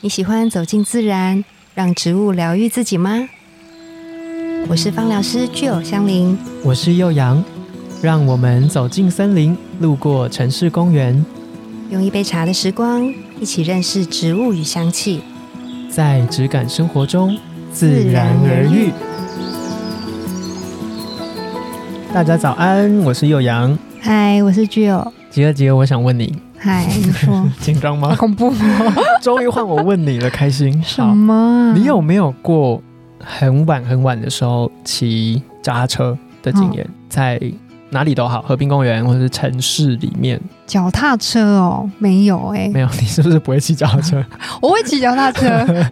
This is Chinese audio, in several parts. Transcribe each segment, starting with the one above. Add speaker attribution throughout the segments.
Speaker 1: 你喜欢走进自然，让植物疗愈自己吗？我是芳疗师具有香林，
Speaker 2: 我是幼阳，让我们走进森林，路过城市公园，
Speaker 1: 用一杯茶的时光，一起认识植物与香气。
Speaker 2: 在质感生活中自然而愈。大家早安，我是幼阳。
Speaker 1: 嗨，我是具有。
Speaker 2: 杰儿杰儿，我想问你，
Speaker 1: 嗨，你 说
Speaker 2: 紧张 吗？
Speaker 1: 恐怖吗？
Speaker 2: 终于换我问你了，开 心。
Speaker 1: 什么啊？
Speaker 2: 你有没有过很晚很晚的时候骑脚踏车的经验？在哪里都好，河滨公园或者是城市里面，
Speaker 1: 脚踏车哦？没有哎、
Speaker 2: 没有，你是不是不会骑脚踏车？
Speaker 1: 我会骑脚踏 车，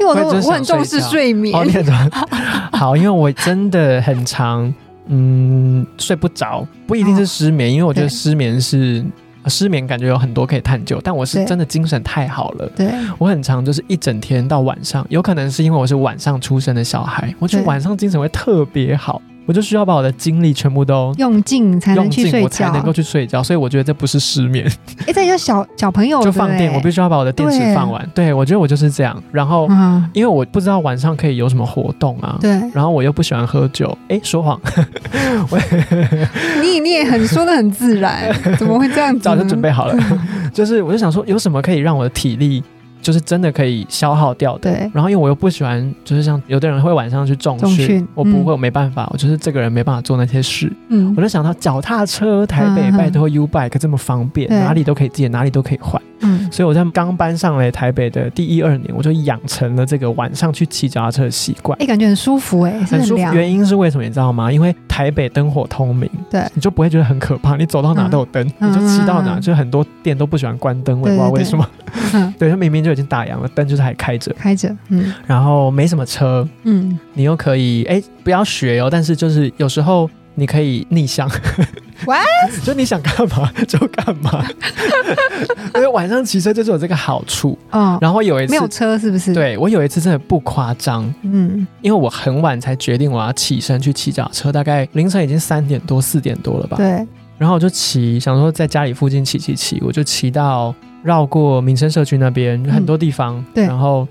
Speaker 1: 因为我都
Speaker 2: 我也就是想
Speaker 1: 我很重视
Speaker 2: 睡觉
Speaker 1: 睡眠。
Speaker 2: 哦，你很常 好，因为我真的很常，嗯，睡不着，不一定是失眠，因为我觉得
Speaker 1: 对
Speaker 2: 失眠是呃失眠，感觉有很多可以探究，但我是
Speaker 1: 对
Speaker 2: 真的精神太好了。
Speaker 1: 对，
Speaker 2: 我很常就是一整天到晚上，有可能是因为我是晚上出生的小孩，我觉得
Speaker 1: 对
Speaker 2: 晚上精神会特别好，我就需要把我的精力全部都
Speaker 1: 用尽才嗯能
Speaker 2: 用
Speaker 1: 去
Speaker 2: 尽，
Speaker 1: 睡
Speaker 2: 我才
Speaker 1: 觉。
Speaker 2: 能够去睡觉，所以我觉得这不是失眠，
Speaker 1: 哎、这叫小小朋友
Speaker 2: 就放电，我必
Speaker 1: 须
Speaker 2: 须要把我的电池
Speaker 1: 哦对
Speaker 2: 放完。对我觉得我就是这样，然后
Speaker 1: 嗯，
Speaker 2: 因为我不知道晚上可以有什么活动啊，
Speaker 1: 对
Speaker 2: 然后我又不喜欢喝酒，诶，说谎，
Speaker 1: 你你也很说的很自然，怎么会这样子？
Speaker 2: 早就准备。好了，
Speaker 1: 嗯
Speaker 2: 就是我就想说有什么可以让我的体力就是真的可以消耗掉的。
Speaker 1: 对，
Speaker 2: 然后因为我又不喜欢，就是像有的人会晚上去重训，
Speaker 1: 重训
Speaker 2: 我不
Speaker 1: 嗯
Speaker 2: 会，我没办法，我就是这个人没办法做那些事。
Speaker 1: 嗯
Speaker 2: 我，就想到脚踏车，台北、
Speaker 1: 嗯嗯
Speaker 2: 拜托 U Bike 这么方便，
Speaker 1: 对
Speaker 2: 哪里都可以借，哪里都可以换。
Speaker 1: 嗯，
Speaker 2: 所以我在刚搬上来台北的第一二年，我就养成了这个晚上去骑脚踏车的习惯
Speaker 1: 哎、。感觉很舒服哎、是
Speaker 2: 很舒服，
Speaker 1: 凉。
Speaker 2: 原因是为什么你知道吗？因为台北灯火通明，
Speaker 1: 对
Speaker 2: 你就不会觉得很可怕。你走到哪都有灯，
Speaker 1: 嗯
Speaker 2: 你就骑到
Speaker 1: 嗯
Speaker 2: 哪，
Speaker 1: 嗯嗯
Speaker 2: 就很多店都不喜欢关灯，我也不知道
Speaker 1: 对对
Speaker 2: 为什么。
Speaker 1: 嗯，
Speaker 2: 对，就明明就已经打烊了，灯就是还开着，
Speaker 1: 开着，嗯
Speaker 2: 然后没什么车，
Speaker 1: 嗯，
Speaker 2: 你又可以哎，不要学哦，但是就是有时候。你可以逆向
Speaker 1: What？
Speaker 2: 就你想干嘛 就 干嘛。因为晚上骑车就是有这个好处。
Speaker 1: 哦，
Speaker 2: 然后有一次
Speaker 1: 没，有车是不是？，
Speaker 2: 对我有一次真的不夸张，
Speaker 1: 嗯，
Speaker 2: 因为我很晚才决定我要起身去骑脚踏车，大概凌晨已经三点多四点多了吧。
Speaker 1: 对，
Speaker 2: 然后我就骑，想说在家里附近骑骑骑，我就骑到绕过民生社区那边很多地方，
Speaker 1: 嗯对
Speaker 2: 然后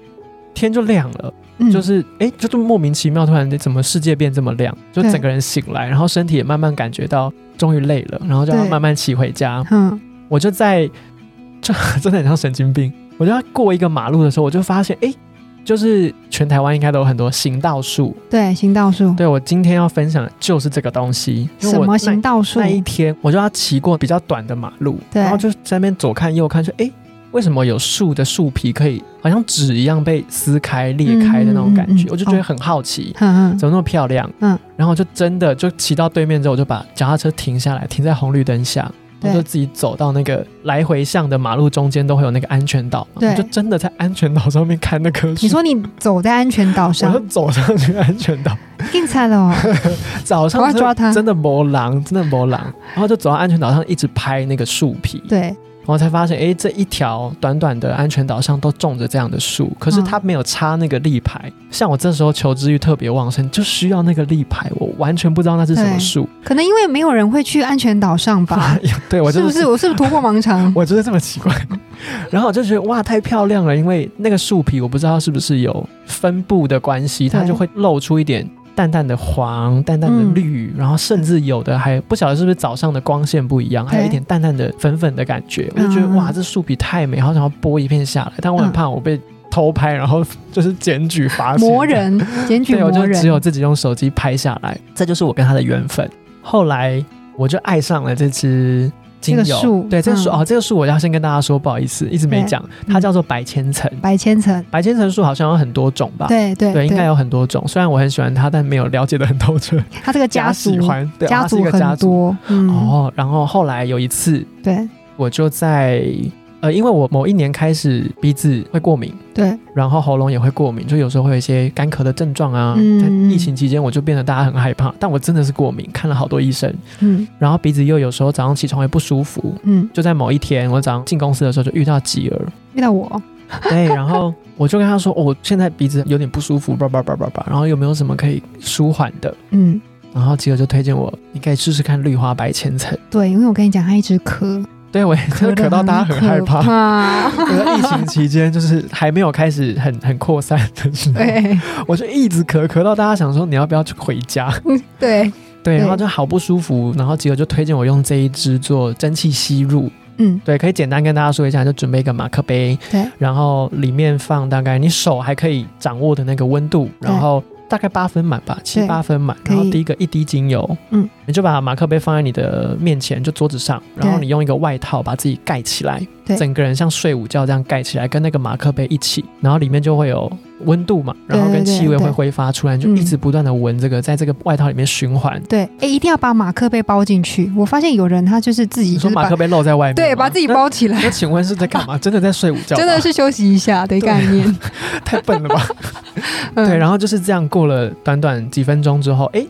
Speaker 2: 天就亮了，
Speaker 1: 嗯，
Speaker 2: 就是哎，就这么莫名其妙，突然间怎么世界变这么亮，就整个人醒来，然后身体也慢慢感觉到终于累了，然后就要
Speaker 1: 对
Speaker 2: 慢慢骑回家。
Speaker 1: 嗯，
Speaker 2: 我就在 这真的很像神经病。我就要过一个马路的时候，我就发现哎。诶就是全台湾应该都有很多行道树，
Speaker 1: 对，行道树，
Speaker 2: 对我今天要分享的就是这个东西，因为
Speaker 1: 什
Speaker 2: 我
Speaker 1: 么
Speaker 2: 那
Speaker 1: 行道树
Speaker 2: 那？一天我就要骑过比较短的马路，
Speaker 1: 对
Speaker 2: 然后就在那边左看右看，说哎。诶为什么有树的树皮可以好像纸一样被撕开、裂开的那种感
Speaker 1: 嗯嗯
Speaker 2: 觉？
Speaker 1: 嗯嗯
Speaker 2: 我就觉得很好奇，
Speaker 1: 嗯嗯
Speaker 2: 怎么那么漂亮？
Speaker 1: 嗯，
Speaker 2: 然后我就真的就骑到对面之后，我就把脚踏车停下来，停在红绿灯下，我
Speaker 1: 对
Speaker 2: 就自己走到那个来回向的马路中间都会有那个安全岛嘛，
Speaker 1: 对
Speaker 2: 我就真的在安全岛上面看那棵树。
Speaker 1: 你说你走在安全岛
Speaker 2: 我就
Speaker 1: 上，
Speaker 2: 走上去安全岛，
Speaker 1: 进菜了哦，
Speaker 2: 早
Speaker 1: 我要
Speaker 2: 上真的
Speaker 1: 抓他
Speaker 2: 真的没狼，真的没狼，然后就走到安全岛上一直拍那个树皮，
Speaker 1: 对，
Speaker 2: 然后才发现，哎，这一条短短的安全岛上都种着这样的树，可
Speaker 1: 嗯
Speaker 2: 是它没有插那个立牌。像我这时候求知欲特别旺盛，就需要那个立牌，我完全不知道那是什 么树。？
Speaker 1: 可能因为没有人会去安全岛上吧
Speaker 2: 对 我
Speaker 1: 是
Speaker 2: 就
Speaker 1: 不是？我是不是突破盲肠？
Speaker 2: 我就是这么奇怪。然后我就觉得哇，太漂亮了，因为那个树皮我不知道是不是有分布的关系，它
Speaker 1: 对
Speaker 2: 就会露出一点淡淡的黄、淡淡的
Speaker 1: 嗯
Speaker 2: 绿，然后甚至有的还不晓得是不是早上的光线不一样，还有
Speaker 1: 对
Speaker 2: 一点淡淡的粉粉的感觉。我就觉得
Speaker 1: 嗯
Speaker 2: 哇，这树皮太美，好想要剥一片下来，但我很
Speaker 1: 嗯
Speaker 2: 怕我被偷拍，然后就是检举罚钱
Speaker 1: 魔人，检举
Speaker 2: 对，我
Speaker 1: 魔
Speaker 2: 就
Speaker 1: 人，
Speaker 2: 只有自己用手机拍下来，这就是我跟他的缘分。后来我就爱上了这只精油，
Speaker 1: 这个树
Speaker 2: 对，这个树、
Speaker 1: 嗯
Speaker 2: 哦，这个树我要先跟大家说，不好意思，一直没讲，它叫做白千层。
Speaker 1: 白千层，
Speaker 2: 白千层树好像有很多种吧？
Speaker 1: 对对
Speaker 2: 啊应该有很多种。虽然我很喜欢它，但没有了解的很透 彻。
Speaker 1: 他这个家族
Speaker 2: 喜欢，对，哦
Speaker 1: 家
Speaker 2: 它是一
Speaker 1: 族
Speaker 2: 个家
Speaker 1: 很
Speaker 2: 族。
Speaker 1: 多，嗯，
Speaker 2: 哦，然后后来有一次，
Speaker 1: 对
Speaker 2: 我就在呃，因为我某一年开始鼻子会过敏，
Speaker 1: 对，
Speaker 2: 然后喉咙也会过敏，就有时候会有一些干咳的症状啊。
Speaker 1: 嗯
Speaker 2: 在疫情期间，我就变得大家很害怕，但我真的是过敏，看了好多医生，
Speaker 1: 嗯
Speaker 2: 然后鼻子又有时候早上起床会不舒服。
Speaker 1: 嗯，
Speaker 2: 就在某一天，我早上进公司的时候就遇到吉儿，
Speaker 1: 遇到我，
Speaker 2: 对，然后我就跟他说，哦，我现在鼻子有点不舒服，叭叭叭叭叭，然后有没有什么可以舒缓的？
Speaker 1: 嗯，
Speaker 2: 然后吉儿就推荐我，你可以试试看绿花白千层。
Speaker 1: 对，因为我跟你讲，他一直咳，
Speaker 2: 对我也是
Speaker 1: 得
Speaker 2: 咳到大家很害 怕。
Speaker 1: 怕。
Speaker 2: 我在疫情期间，就是还没有开始很很扩散的时候，
Speaker 1: 对
Speaker 2: 我就一直咳咳到大家想说你要不要去回家？
Speaker 1: 对，
Speaker 2: 对，
Speaker 1: 对
Speaker 2: 然后就好不舒服，然后结果就推荐我用这一支做蒸汽吸入。
Speaker 1: 嗯
Speaker 2: 对，可以简单跟大家说一下，就准备一个马克杯，
Speaker 1: 对，
Speaker 2: 然后里面放大概你手还可以掌握的那个温度，
Speaker 1: 对
Speaker 2: 然后大概八分满吧，七
Speaker 1: 对
Speaker 2: 八分满，
Speaker 1: 可以
Speaker 2: 然后滴一个一滴精油，
Speaker 1: 嗯，
Speaker 2: 你就把马克杯放在你的面前，就桌子上，
Speaker 1: 对
Speaker 2: 然后你用一个外套把自己盖起来，
Speaker 1: 对
Speaker 2: 整个人像睡午觉这样盖起来，跟那个马克杯一起，然后里面就会有温度嘛，然后
Speaker 1: 对
Speaker 2: 跟
Speaker 1: 对对
Speaker 2: 气味会
Speaker 1: 对
Speaker 2: 挥发出来，你就
Speaker 1: 嗯
Speaker 2: 一直不断的闻这个，在这个外套里面循环。
Speaker 1: 对，哎，一定要把马克杯包进去。我发现有人他就是自己
Speaker 2: 你
Speaker 1: 就
Speaker 2: 说
Speaker 1: 是
Speaker 2: 马
Speaker 1: 把
Speaker 2: 克杯露在外面吗，
Speaker 1: 对把自己包起来，
Speaker 2: 那。那请问是在干 嘛？真的在睡午觉吧？
Speaker 1: 真的是休息一下的概念。
Speaker 2: 太笨了吧？
Speaker 1: 嗯
Speaker 2: 对，然后就是这样过了短短几分钟之后，哎，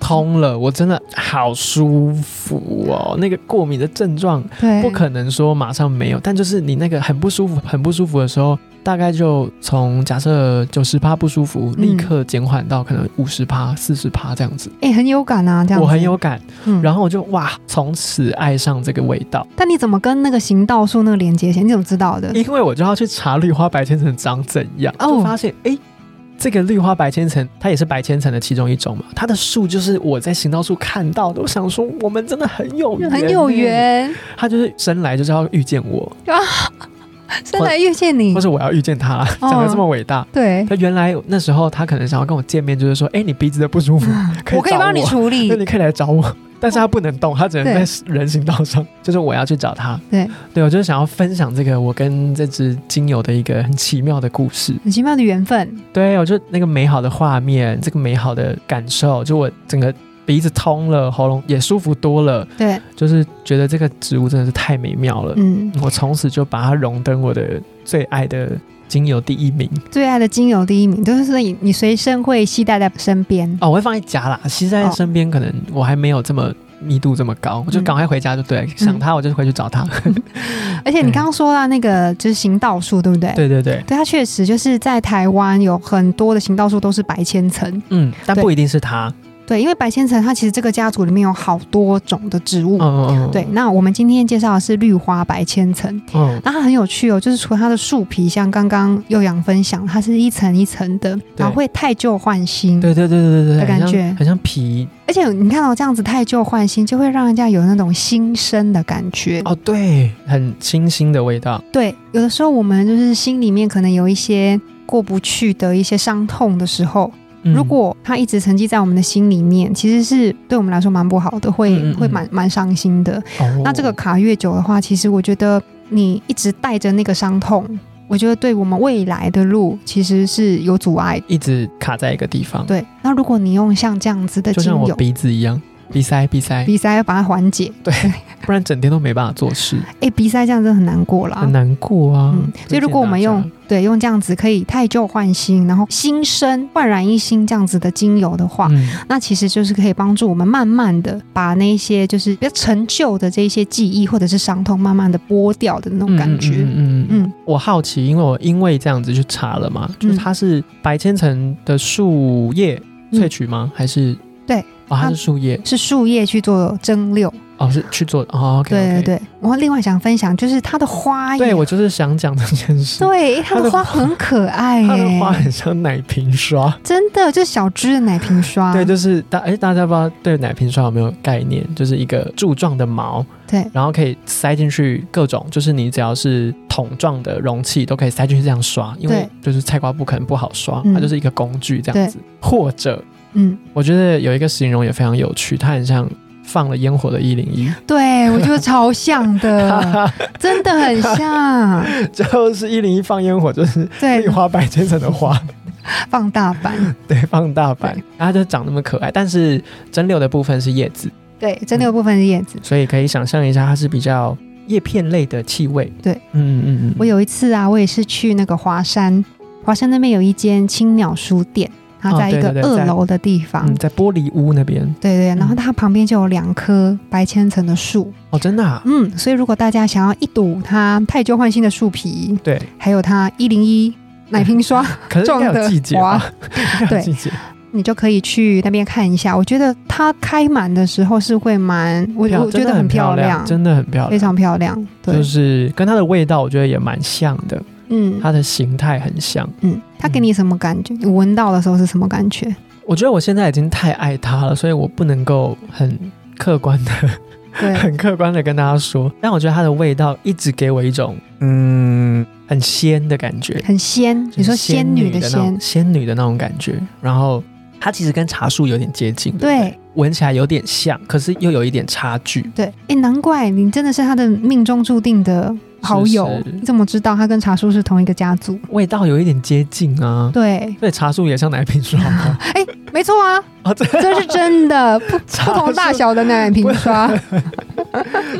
Speaker 2: 通了，我真的好舒服哦。那个过敏的症状
Speaker 1: 对
Speaker 2: 不可能说马上没有，但就是你那个很不舒服、很不舒服的时候，大概就从假设九十趴不舒服，
Speaker 1: 嗯
Speaker 2: 立刻减缓到可能五十趴、四十趴这样子。
Speaker 1: 哎、很有感啊，这样
Speaker 2: 我
Speaker 1: 子
Speaker 2: 很有感，
Speaker 1: 嗯
Speaker 2: 然后我就哇，从此爱上这个味道，
Speaker 1: 但你怎么跟那个行道树那个连接起来？你怎么知道的？
Speaker 2: 因为我就要去查绿花白千层长怎样，
Speaker 1: 哦
Speaker 2: 就发现哎。诶这个绿花白千层，它也是白千层的其中一种嘛。它的树就是我在行道树看到的，我想说我们真的很有缘，
Speaker 1: 很有。缘，
Speaker 2: 它就是生来就是要遇见我，
Speaker 1: 生来遇见你哦
Speaker 2: 或，者我要遇见它，讲的这么伟大。
Speaker 1: 对，
Speaker 2: 它原来那时候它可能想要跟我见面，就是说，哎，你鼻子的不舒服，可 以
Speaker 1: 我可以
Speaker 2: 找
Speaker 1: 帮你
Speaker 2: 我
Speaker 1: 处理
Speaker 2: 那。你可以来找我。但是它不能动，它只能在人行道上。就是我要去找它。
Speaker 1: 对，
Speaker 2: 对我就是想要分享这个我跟这只精油的一个很奇妙的故事。
Speaker 1: 很奇妙的缘分，
Speaker 2: 对，啊我就那个美好的画面，这个美好的感受，就我整个鼻子通了，喉咙也舒服多了，
Speaker 1: 对，
Speaker 2: 就是觉得这个植物真的是太美妙了。
Speaker 1: 嗯，
Speaker 2: 我从此就把它荣登我的最爱的精油第一名
Speaker 1: 最爱的精油第一名，就是你你随身会携带在身边，
Speaker 2: 哦，我会放在家啦，其实在
Speaker 1: 哦
Speaker 2: 身边可能我还没有这么密度这么高，我就赶快回家就对了，想它我就回去找它。
Speaker 1: 而且你
Speaker 2: 对
Speaker 1: 刚刚说到那个就是行道树，对不对？，
Speaker 2: 对对对，
Speaker 1: 它确实就是在台湾有很多的行道树都是白千层，
Speaker 2: 嗯，但
Speaker 1: 对
Speaker 2: 不一定是它，
Speaker 1: 对，因为白千层它其实这个家族里面有好多种的植物，
Speaker 2: 嗯嗯嗯，
Speaker 1: 对。那我们今天介绍的是绿花白千层，
Speaker 2: 嗯，
Speaker 1: 那它很有趣哦，就是除了它的树皮，像刚刚幼阳分享，它是一层一层的，然后会太旧换新。
Speaker 2: 对对对对对对，
Speaker 1: 的感
Speaker 2: 很像
Speaker 1: 觉
Speaker 2: 很像皮
Speaker 1: 而且你看到、这样子太旧换新，就会让人家有那种新生的感觉。
Speaker 2: 哦，对，很清新的味道。
Speaker 1: 对，有的时候我们就是心里面可能有一些过不去的一些伤痛的时候，
Speaker 2: 嗯
Speaker 1: 如果它一直沉积在我们的心里面，其实是对我们来说蛮不好的，会
Speaker 2: 嗯嗯嗯
Speaker 1: 会蛮蛮伤心的。
Speaker 2: 哦
Speaker 1: 那这个卡越久的话，其实我觉得你一直带着那个伤痛，我觉得对我们未来的路其实是有阻碍的。
Speaker 2: 一直卡在一个地方，
Speaker 1: 对，那如果你用像这样子的
Speaker 2: 就
Speaker 1: 精
Speaker 2: 像我
Speaker 1: 油，
Speaker 2: 鼻子一样，鼻塞鼻塞，
Speaker 1: 鼻塞要把它缓解。
Speaker 2: 不然整天都没办法做事，
Speaker 1: 哎，鼻塞这样真的很难过啦
Speaker 2: 很。难过啊。
Speaker 1: 嗯，所以如果我们用对用这样子可以太旧换新，然后新生焕然一新这样子的精油的话，
Speaker 2: 推荐大家，
Speaker 1: 那其实就是可以帮助我们慢慢的把那些就是比较陈旧的这一些记忆或者是伤痛，慢慢的剥掉的那种
Speaker 2: 嗯，
Speaker 1: 感觉。
Speaker 2: 嗯嗯嗯嗯
Speaker 1: 嗯
Speaker 2: 我好奇，因为我因为这样子去查了嘛，就是它是白千层的树叶
Speaker 1: 嗯
Speaker 2: 萃取吗？还是
Speaker 1: 对
Speaker 2: 哦，它
Speaker 1: 它
Speaker 2: 是树叶
Speaker 1: 是树叶去做蒸馏，
Speaker 2: 哦，是去做哦，OK，
Speaker 1: 对对，对。然后另外想分享就是它的花也，
Speaker 2: 对我就是想讲这件事，
Speaker 1: 对它
Speaker 2: 它的
Speaker 1: 的花
Speaker 2: 花
Speaker 1: 很可爱
Speaker 2: 它的
Speaker 1: 耶，
Speaker 2: 花很像奶瓶刷，
Speaker 1: 真的就是小只的奶瓶刷，
Speaker 2: 对，就是大哎，大家不知道对奶瓶刷有没有概念？就是一个柱状的毛，
Speaker 1: 对
Speaker 2: 然后可以塞进去各种，就是你只要是桶状的容器都可以塞进去这样刷，因为就是菜瓜布可能不好刷，
Speaker 1: 嗯
Speaker 2: 它就是一个工具这样子。或者
Speaker 1: 嗯，
Speaker 2: 我觉得有一个形容也非常有趣，它很像放了烟火的一零一，
Speaker 1: 对我觉得超像 的，真的很像，
Speaker 2: 就是一零一放烟火，就是
Speaker 1: 对
Speaker 2: 绿，花白千层的花，
Speaker 1: 放大版，
Speaker 2: 对，放大版，然后它就长那么可爱。但是蒸馏的部分是叶子，
Speaker 1: 对，
Speaker 2: 嗯
Speaker 1: 真的有部分是叶子。
Speaker 2: 所以可以想象一下，它是比较叶片类的气味。
Speaker 1: 对
Speaker 2: 嗯，嗯嗯嗯，
Speaker 1: 我有一次啊，我也是去那个华山，华山那边有一间青鸟书店，它
Speaker 2: 哦
Speaker 1: 在一
Speaker 2: 对
Speaker 1: 个
Speaker 2: 对对在
Speaker 1: 二楼的地方，
Speaker 2: 嗯在玻璃屋那边
Speaker 1: 对对，
Speaker 2: 嗯
Speaker 1: 然后它旁边就有两棵白千层的树，
Speaker 2: 哦，真的、啊。
Speaker 1: 嗯，所以如果大家想要一睹它太旧换新的树皮，
Speaker 2: 对，
Speaker 1: 还有它一零一奶瓶刷，
Speaker 2: 可是应该有季节吧？应该有
Speaker 1: 对
Speaker 2: 季节。
Speaker 1: 你就可以去那边看一下。我觉得它开满的时候是会蛮，我
Speaker 2: 漂
Speaker 1: 我觉
Speaker 2: 真
Speaker 1: 得
Speaker 2: 的很
Speaker 1: 漂
Speaker 2: 亮，真的很漂
Speaker 1: 非
Speaker 2: 亮，
Speaker 1: 常漂亮。对，
Speaker 2: 就是跟它的味道，我觉得也蛮像的，
Speaker 1: 嗯
Speaker 2: 它的形态很像。
Speaker 1: 嗯，它给你什么感
Speaker 2: 嗯
Speaker 1: 觉？你闻到的时候是什么感觉？
Speaker 2: 我觉得我现在已经太爱它了，所以我不能够很客观的、，
Speaker 1: 对
Speaker 2: 很客观的跟大家说，但我觉得它的味道一直给我一种嗯很仙的感觉，
Speaker 1: 很仙。你说仙女的
Speaker 2: 就是那
Speaker 1: 仙
Speaker 2: 种，仙女的那种感觉，然后。它其实跟茶树有点接近，不，
Speaker 1: 对
Speaker 2: 闻起来有点像，可是又有一点差距。
Speaker 1: 对，哎，难怪你真的是他的命中注定的好友。
Speaker 2: 是
Speaker 1: 你怎么知道他跟茶叔是同一个家族？
Speaker 2: 味道有一点接近啊。
Speaker 1: 对，
Speaker 2: 对，茶树也像奶瓶刷 吗？
Speaker 1: 哎，没错啊，
Speaker 2: 哦，这
Speaker 1: 这是真 的，不
Speaker 2: 茶
Speaker 1: 不同大小的奶瓶刷，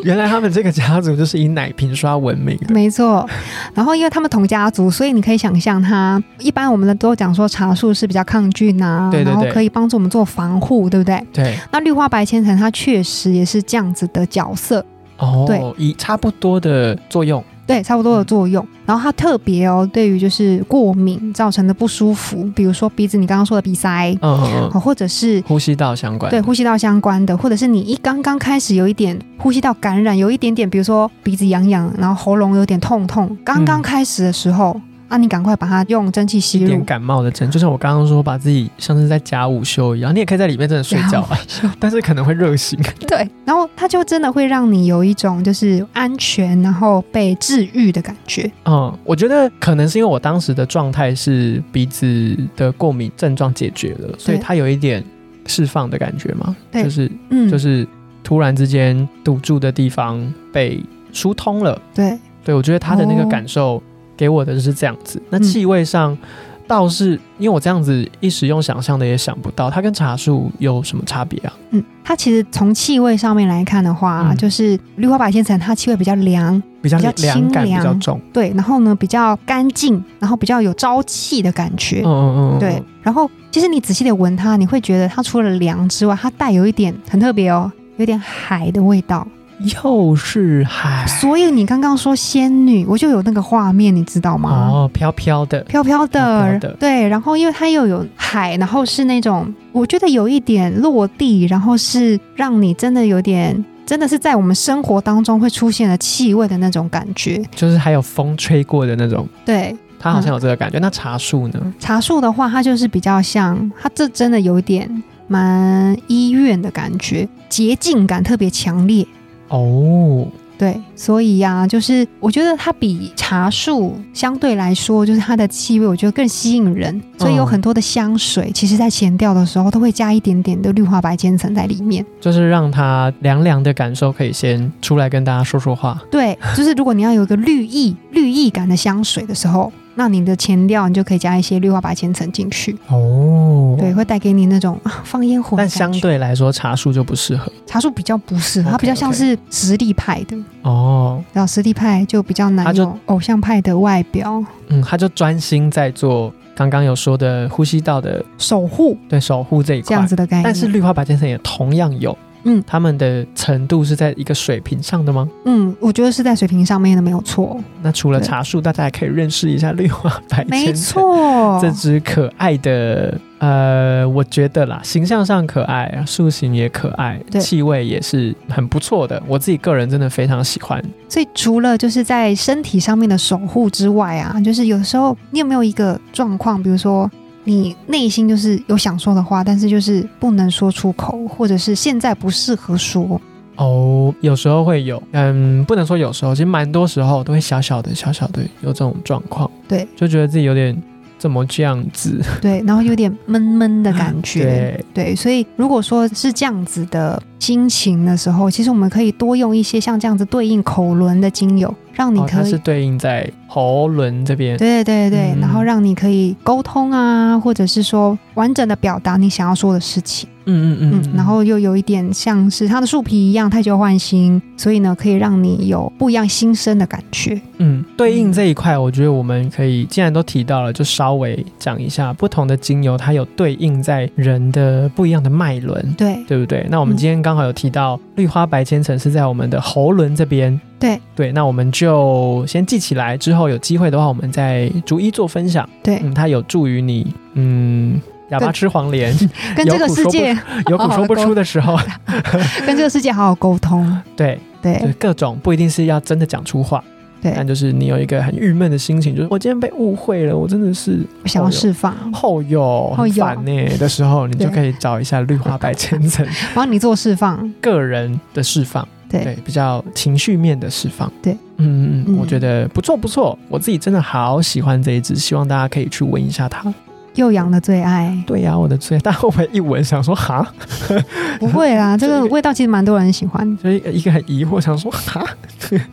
Speaker 2: 原来他们这个家族就是以奶瓶刷闻名 的。
Speaker 1: 没错。然后因为他们同家族，所以你可以想象它，一般我们的都讲说茶树是比较抗菌啊，
Speaker 2: 对对
Speaker 1: 然后
Speaker 2: 对
Speaker 1: 可以帮助我们做防护，对不对？
Speaker 2: 对，
Speaker 1: 那绿花白千层它确实也是这样子的角色，
Speaker 2: 哦
Speaker 1: 对，
Speaker 2: 以差不多的作用。
Speaker 1: 对，差不多
Speaker 2: 嗯
Speaker 1: 的作用。然后它特别哦，对于就是过敏造成的不舒服，比如说鼻子，你刚刚说的鼻塞，
Speaker 2: 嗯嗯嗯，
Speaker 1: 哦，或者是
Speaker 2: 呼吸道相关。
Speaker 1: 对，呼吸道相关的，或者是你一刚刚开始有一点呼吸道感染，有一点点，比如说鼻子痒痒，然后喉咙有点痛
Speaker 2: 嗯
Speaker 1: 痛，刚刚开始的时候，啊，你赶快把它用蒸汽吸
Speaker 2: 一点
Speaker 1: 入。
Speaker 2: 感冒的症，就像我刚刚说，把自己像是在家午休一样，你也可以在里面真的睡 觉啊，但是可能会热醒。
Speaker 1: 对，然后它就真的会让你有一种就是安全，然后被治愈的感觉。
Speaker 2: 嗯，我觉得可能是因为我当时的状态是鼻子的过敏症状解决了，所以
Speaker 1: 对
Speaker 2: 它有一点释放的感觉嘛，
Speaker 1: 对
Speaker 2: 就是
Speaker 1: 嗯，
Speaker 2: 就是突然之间堵住的地方被疏通了。
Speaker 1: 对，
Speaker 2: 对我觉得他的那个
Speaker 1: 哦
Speaker 2: 感受给我的是这样子。那
Speaker 1: 嗯
Speaker 2: 气味上倒是因为我这样子一时用想象的也想不到，它跟茶树有什么差别啊？
Speaker 1: 嗯，它其实从气味上面来看的话，
Speaker 2: 嗯
Speaker 1: 就是绿花白千层，它气味比较凉，
Speaker 2: 比较
Speaker 1: 比较
Speaker 2: 凉
Speaker 1: 清
Speaker 2: 感比
Speaker 1: 凉
Speaker 2: 较重，
Speaker 1: 对，然后呢比较干净，然后比较有朝气的感觉。
Speaker 2: 嗯嗯嗯，
Speaker 1: 对，然后其实你仔细的闻它，你会觉得它除了凉之外，它带有一点很特别哦，有点海的味道。
Speaker 2: 嗯，又是海
Speaker 1: 所以你刚刚说仙女，我就有那个画面，你知道吗？
Speaker 2: 哦，飘飘的，
Speaker 1: 飘飘
Speaker 2: 飘飘
Speaker 1: 的，
Speaker 2: 的
Speaker 1: 对，然后因为它又有海，然后是那种我觉得有一点落地，然后是让你真的有点，真的是在我们生活当中会出现的气味的那种感觉。
Speaker 2: 就是还有风吹过的那种，
Speaker 1: 对，
Speaker 2: 它好像有这个感
Speaker 1: 嗯
Speaker 2: 觉。那茶树呢？
Speaker 1: 茶树的话，它就是比较像，它这真的有一点蛮医院的感觉，洁净感特别强烈。
Speaker 2: 哦，
Speaker 1: 对，所以呀、就是我觉得它比茶树相对来说，就是它的气味，我觉得更吸引人。所以有
Speaker 2: 嗯
Speaker 1: 很多的香水，其实在前调的时候都会加一点点的绿化白千层在里面。
Speaker 2: 就是让它凉凉的感受可以先出来跟大家说说话。
Speaker 1: 对， 就是如果你要有一个绿意、绿意感的香水的时候，那你的前调你就可以加一些绿化白千层进去，
Speaker 2: 哦
Speaker 1: 对，，会带给你那种 啊放烟火的
Speaker 2: 但
Speaker 1: 感觉。
Speaker 2: 相对来说，茶树就不适合
Speaker 1: 茶树比较不是，它
Speaker 2: OK，
Speaker 1: 比较像
Speaker 2: OK
Speaker 1: 是实力派的，
Speaker 2: 哦。
Speaker 1: 然后实力派就比较
Speaker 2: 它
Speaker 1: 难
Speaker 2: 就
Speaker 1: 有偶像派的外表
Speaker 2: 嗯，他就专心在做刚刚有说的呼吸道的
Speaker 1: 守护
Speaker 2: 对守护这一块。
Speaker 1: 这样子的概念。
Speaker 2: 但是绿化白千层也同样有，
Speaker 1: 嗯
Speaker 2: 他们的程度是在一个水平上的吗？
Speaker 1: 嗯，我觉得是在水平上面的没有错，
Speaker 2: 那除了
Speaker 1: 对
Speaker 2: 茶树，大家也可以认识一下绿化白
Speaker 1: 没
Speaker 2: 千层。
Speaker 1: 错，
Speaker 2: 这只可爱的，呃，我觉得啦，形象上可爱，塑形也可爱，
Speaker 1: 对
Speaker 2: 气味也是很不错的。我自己个人真的非常喜欢。
Speaker 1: 所以除了就是在身体上面的守护之外啊，就是有时候你有没有一个状况，比如说你内心就是有想说的话，但是就是不能说出口，或者是现在不适合 说，
Speaker 2: 哦，有时候会有，嗯，不能说有时候，其实蛮多时候都会小小的、小小的有这种状况，
Speaker 1: 对，
Speaker 2: 就觉得自己有点怎么这样子，
Speaker 1: 对，然后有点闷闷的感觉，
Speaker 2: 对，
Speaker 1: 对，所以如果说是这样子的心情的时候，其实我们可以多用一些像这样子对应口轮的精油，让你
Speaker 2: 哦，它
Speaker 1: 可以
Speaker 2: 是 对应在喉轮这边，
Speaker 1: 对对对，
Speaker 2: 嗯
Speaker 1: 然后让你可以沟通啊，或者是说完整的表达你想要说的事情，
Speaker 2: 嗯嗯嗯
Speaker 1: 嗯，然后又有一点像是它的树皮一样太久换新，所以呢，可以让你有不一样新生的感觉。
Speaker 2: 嗯，对应这一块，我觉得我们可以，既然都提到了，就稍微讲一下不同的精油，它有对应在人的不一样的脉轮。
Speaker 1: 对
Speaker 2: 对不对？那我
Speaker 1: 嗯
Speaker 2: 们今天刚好有提到绿花白千层是在我们的喉轮这边，
Speaker 1: 对
Speaker 2: 对，那我们就先记起来，之后有机会的话，我们再逐一做分享。
Speaker 1: 对，
Speaker 2: 嗯，它有助于你，嗯，哑巴吃黄连，
Speaker 1: 跟这个世界
Speaker 2: 有苦说不出的时候，
Speaker 1: 跟这个世界好好沟通。
Speaker 2: 对就
Speaker 1: 对
Speaker 2: 各种不一定是要真的讲出话，但
Speaker 1: 对，
Speaker 2: 就是你有一个很郁闷的心情，就是我今天被误会了，我真的是
Speaker 1: 我想要释放，
Speaker 2: 后有
Speaker 1: 后
Speaker 2: 很
Speaker 1: 有
Speaker 2: 烦呢、欸的时候，你就
Speaker 1: 对
Speaker 2: 可以找一下绿花白千 层
Speaker 1: 帮你做释放。
Speaker 2: 个人的释放。对
Speaker 1: 对，，
Speaker 2: 比较情绪面的释放。
Speaker 1: 对，
Speaker 2: 嗯嗯嗯，
Speaker 1: 嗯
Speaker 2: 我觉得不错不错，我自己真的好喜欢这一支，希望大家可以去闻一下它。
Speaker 1: 幼阳的最 爱
Speaker 2: 对呀、啊我的最爱，大家会不会一闻想说哈？
Speaker 1: 不会啦，这个味道其实蛮多人喜欢。
Speaker 2: 所以一个很疑惑，想说哈？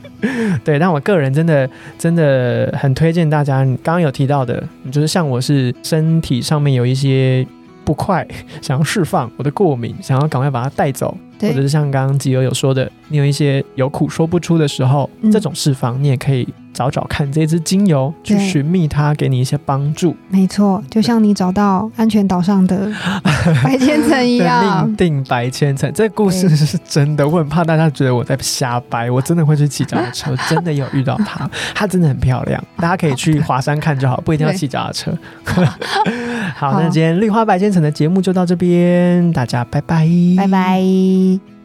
Speaker 2: 对，但我个人真的真的很推荐大家，你刚刚有提到的，你就是像我是身体上面有一些。不快，想要释放我的过敏，想要赶快把它带走，或者
Speaker 1: 对
Speaker 2: 是像刚刚吉友有说的，你有一些有苦说不出的时候，
Speaker 1: 嗯
Speaker 2: 这种释放你也可以找找看这支精油，去
Speaker 1: 对
Speaker 2: 寻觅它，给你一些帮助。
Speaker 1: 没错，就像你找到安全岛上的白千层一
Speaker 2: 对，
Speaker 1: 样
Speaker 2: 命。定白千层，这故事
Speaker 1: 啊对
Speaker 2: 是真的，我很怕大家觉得我在瞎掰，我真的会去骑脚踏车，真的有遇到它， 它真的很漂亮，大家可以去华山看就好，不一定要
Speaker 1: 对
Speaker 2: 骑脚踏车。好，那
Speaker 1: 好
Speaker 2: 今天绿花白千层的节目就到这边，大家拜拜，
Speaker 1: 拜。拜。